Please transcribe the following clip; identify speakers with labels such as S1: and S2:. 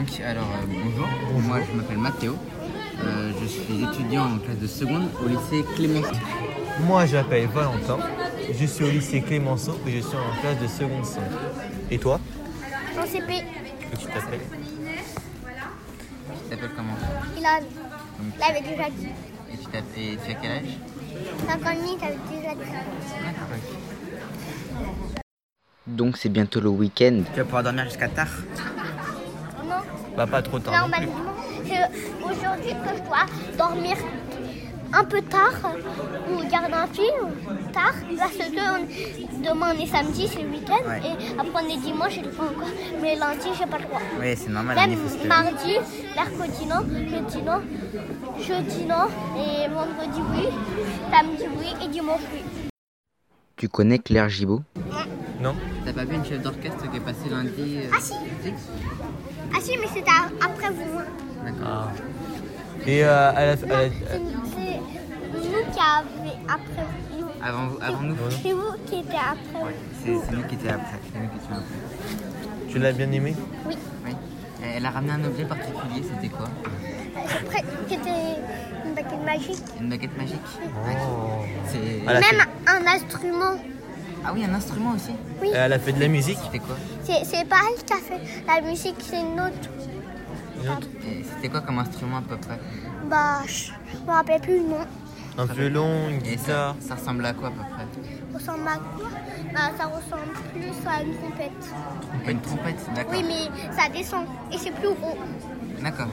S1: Ok, alors euh, bonjour, moi je m'appelle Mathéo, Euh, je suis étudiant en classe de seconde au lycée Clémenceau.
S2: Moi, je m'appelle Valentin. Je suis au lycée Clémenceau et je suis en classe de seconde 5. Et toi
S3: En CP,
S2: Tu t'appelles
S1: Tu t'appelles comment
S3: il a. Il avait déjà dit.
S1: et tu, t'appelles- et tu as quel âge
S3: 5 ans et demi, il avait déjà dit.
S1: Donc c'est bientôt le week-end. Tu vas pouvoir dormir jusqu'à tard
S3: Non,
S2: Bah, pas trop tard. non plus.
S3: normalement, je- aujourd'hui que je dois dormir un peu tard ou regarder un film tard, parce que on- demain on est samedi, c'est le week-end,
S1: Ouais.
S3: et après on est dimanche, j'ai le droit encore, mais lundi, j'ai pas le droit.
S1: Oui, c'est normal,
S3: Même
S1: il faut se lever.
S3: mardi, mercredi non, jeudi non, jeudi non, et vendredi oui, samedi oui, et dimanche oui.
S4: Tu connais Claire Gibault
S2: Non
S1: T'as pas vu une chef d'orchestre qui est passée lundi euh,
S3: Ah, si.
S1: musique
S3: Ah si, mais c'était à- après vous. hein.
S1: D'accord.
S2: Et euh, à la, à
S3: Non,
S2: la-
S3: c'est c'est nous qui avait après vous.
S1: Avant vous- avant nous.
S3: C'est vous qui était après
S1: Ouais,
S3: vous.
S1: c'est c'est nous qui étions après. c'est nous qui étions après.
S2: tu l'as bien aimé
S3: Oui,
S1: Oui. Et Elle a ramené un objet particulier, c'était quoi
S3: après, c'était une baguette magique.
S1: Une baguette magique
S2: Oh.
S1: C'est...
S2: Elle a
S3: Même
S2: fait-
S3: un instrument.
S1: Ah oui, un instrument aussi
S3: Oui,
S2: Elle a fait de euh, la musique
S1: C'était quoi
S3: c'est c'est pas elle qui a fait la musique, c'est une autre.
S2: Une autre
S1: Et C'était quoi comme instrument à peu près
S3: Bah, je me rappelle plus le nom.
S2: Un violon, une
S1: Et ça,
S2: guitare.
S1: ça ressemble à quoi à peu près
S3: ressemble à quoi Bah, ça ressemble plus à une trompette.
S1: Une trompette, d'accord.
S3: Oui, mais ça descend et c'est plus gros.
S1: D'accord.